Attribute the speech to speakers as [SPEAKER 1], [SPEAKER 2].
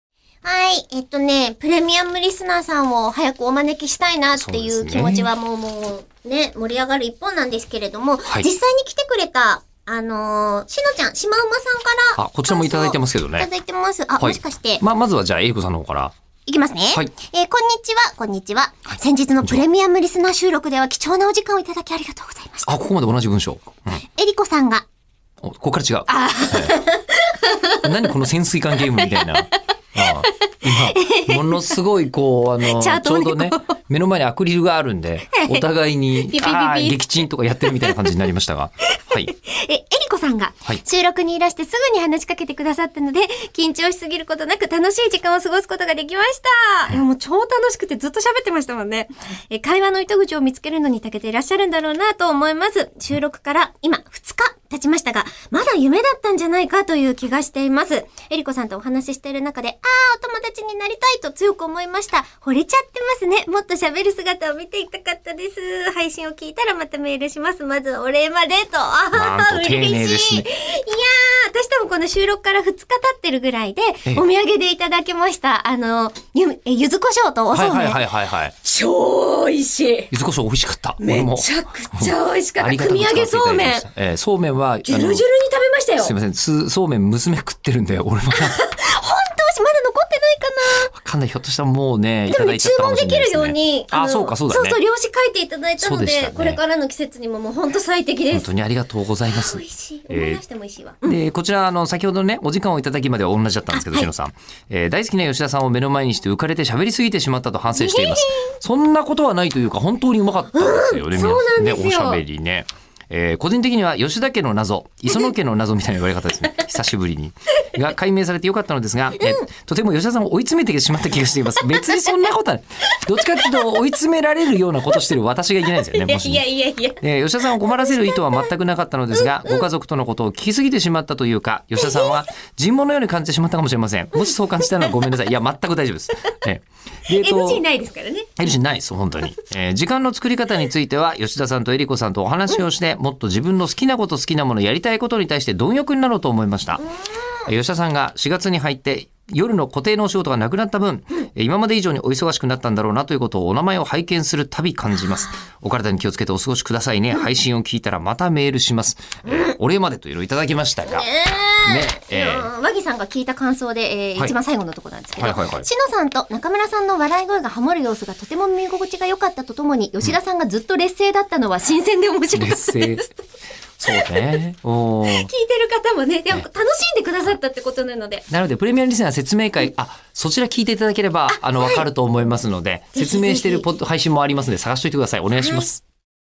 [SPEAKER 1] い。えっとね、プレミアムリスナーさんを早くお招きしたいなってい
[SPEAKER 2] そう
[SPEAKER 1] う
[SPEAKER 2] です
[SPEAKER 1] 気
[SPEAKER 2] ね
[SPEAKER 1] 持ちはもう、もう、ね、盛り上がる一方なんですけれども、
[SPEAKER 2] はい
[SPEAKER 1] 実際に来てくれた、あのーしのちゃん、しまうまさんから、
[SPEAKER 2] あ、こちらもいただいてますけど
[SPEAKER 1] いた
[SPEAKER 2] ね。
[SPEAKER 1] だいてます。あ、
[SPEAKER 2] はい
[SPEAKER 1] もしかして、
[SPEAKER 2] まあ、まずはじゃあ、エイコさんの方から。
[SPEAKER 1] いきますね。
[SPEAKER 2] はい
[SPEAKER 1] えーこんにちは、こんにちは。先日のプレミアムリスナー収録では貴重なお時間をいただきありがとうございました。
[SPEAKER 2] あ、ここまで同じ文章。うん。
[SPEAKER 1] えりこさんが、
[SPEAKER 2] おここから違う。はい何この潜水艦ゲームみた いな。ああ今、ものすごい、こう、あの、
[SPEAKER 1] チャー
[SPEAKER 2] ち
[SPEAKER 1] ト
[SPEAKER 2] ょ
[SPEAKER 1] を
[SPEAKER 2] う
[SPEAKER 1] ね
[SPEAKER 2] どね、目の前にアクリルがある んで、お互い
[SPEAKER 1] ビビ
[SPEAKER 2] に、
[SPEAKER 1] ビ
[SPEAKER 2] ああ、撃沈とかやってるみたいな感じになりましたが。 はい。
[SPEAKER 1] え、えりこさんが
[SPEAKER 2] はい、
[SPEAKER 1] 収録にいらしてすぐに話しかけてくださったので、緊張しすぎることなく楽しい時間を過ごすことができました。いや、もう超楽しくてずっと喋ってましたもんね。え、会話の糸口を見つけるのに長けていらっしゃるんだろうなと思います。収録から今2日経ちましたが、まだ夢だったんじゃないかという気がしています。えりこさんとお話ししている中で、ああ、お友達になりたいと強く思いました。惚れちゃってますね。もっと喋る姿を見ていたかったです。配信を聞いたらまたメールします。まずはお礼までと。あー
[SPEAKER 2] なんと丁寧ですね
[SPEAKER 1] 嬉しいいやー、私多分この収録から2日経ってるぐらいで、
[SPEAKER 2] ええ
[SPEAKER 1] お土産でいただきました。あの、ゆ、えゆず胡椒とお
[SPEAKER 2] は
[SPEAKER 1] そう
[SPEAKER 2] い
[SPEAKER 1] めん。
[SPEAKER 2] はいはいはいはい。
[SPEAKER 1] 超美味しい。
[SPEAKER 2] ゆずこしょう美味しかった。
[SPEAKER 1] め
[SPEAKER 2] 俺も。
[SPEAKER 1] ちゃくちゃ美味しかっ
[SPEAKER 2] あ
[SPEAKER 1] た。
[SPEAKER 2] りがたく
[SPEAKER 1] 組み上げそうめん。
[SPEAKER 2] 使っていただきました。えーそうめんは、あの
[SPEAKER 1] ジュ ルジュルに食べましたよ。
[SPEAKER 2] すい
[SPEAKER 1] どう
[SPEAKER 2] ません。すそうめん娘食ってるんで、俺は。
[SPEAKER 1] し、まだ残ってないかな
[SPEAKER 2] わかんない。ひょっとしたらもうね、い
[SPEAKER 1] で
[SPEAKER 2] た
[SPEAKER 1] も
[SPEAKER 2] だい
[SPEAKER 1] ね、
[SPEAKER 2] ち
[SPEAKER 1] 注
[SPEAKER 2] ゃったか
[SPEAKER 1] 文
[SPEAKER 2] もし
[SPEAKER 1] で
[SPEAKER 2] れな
[SPEAKER 1] きる
[SPEAKER 2] いですね
[SPEAKER 1] ように、
[SPEAKER 2] あ、
[SPEAKER 1] の
[SPEAKER 2] そうか、そうだ
[SPEAKER 1] そ
[SPEAKER 2] ね。
[SPEAKER 1] うそう、量子書いていただいたの
[SPEAKER 2] そ
[SPEAKER 1] で、
[SPEAKER 2] うでしたね
[SPEAKER 1] これからの季節にももう本当最適で
[SPEAKER 2] 本
[SPEAKER 1] す。
[SPEAKER 2] 当にありがとうございます
[SPEAKER 1] 美味。しい。
[SPEAKER 2] え
[SPEAKER 1] 思
[SPEAKER 2] ー
[SPEAKER 1] い出しても美味しいわ。うん
[SPEAKER 2] で、こちら、あの、先ほどね、お時間をいただきまでは同じだったんですけど、
[SPEAKER 1] あはい
[SPEAKER 2] しのさん。えー大好きな吉田さんを目の前にして浮かれて喋りすぎてしまったと反省しています。そんなことはないというか、本当にうまかったんですよね、
[SPEAKER 1] うん
[SPEAKER 2] 皆さ
[SPEAKER 1] そうなんですよ
[SPEAKER 2] ね、おしゃべりね。えー個人的には吉田家の 謎、磯野家の謎みたいな言われ方ですね。久しぶりに。が解明されてよかったのですが、えとても吉田さんを追い詰めてしまった気がしています。別にそんなことはない。どっちかっていうと、追い詰められるようなことしてる私がいけないですよね、もしね
[SPEAKER 1] いやいやいやいや。
[SPEAKER 2] えー吉田さんを困らせる意図は全くなかったのですが、ご家族とのことを聞きすぎてしまったというか、吉田さんは尋問のように感じてしまったかもしれません。もしそう感じたらごめんなさい。いや、全く大丈夫です。えー、えー
[SPEAKER 1] NG ないですからね。
[SPEAKER 2] LG ないです、本当 に。えー時間の作り方については、吉田さんとエリコさんとお話をして、もっと自分の好きなこと、好きなもの、やりたいことに対して貪欲になろうと思いました。えー吉田さんが4月に入って、夜の固定のお仕事がなくなった分、えー今まで以上にお忙しくなったんだろうなということをお名前を拝見するたび感じます。お体に気をつけてお過ごしくださいね。配信を聞いたらまたメールします。えーお礼までというのをいただきましたが、ね、えー
[SPEAKER 1] うん和木さんが聞いた感想で、えー
[SPEAKER 2] はい
[SPEAKER 1] 一番最後のとこなんですけど、
[SPEAKER 2] はいはいはい
[SPEAKER 1] しのさんと中村さんの笑い声がハモる様子がとても見心地が良かったとともに、吉田さんがずっと劣勢だったのは新鮮で面白かっ
[SPEAKER 2] 劣
[SPEAKER 1] たで
[SPEAKER 2] 勢
[SPEAKER 1] す。。
[SPEAKER 2] そうね。おー
[SPEAKER 1] 聞いてる方もね、でも楽しんでくださったってことなので、
[SPEAKER 2] なので、プレミアムリスナー説明会、あ、そちら聞いていただければ、あの、わかると思いますので、
[SPEAKER 1] ぜひ
[SPEAKER 2] 説明しているポッド配信もありますので、探しておいてください。お願いします。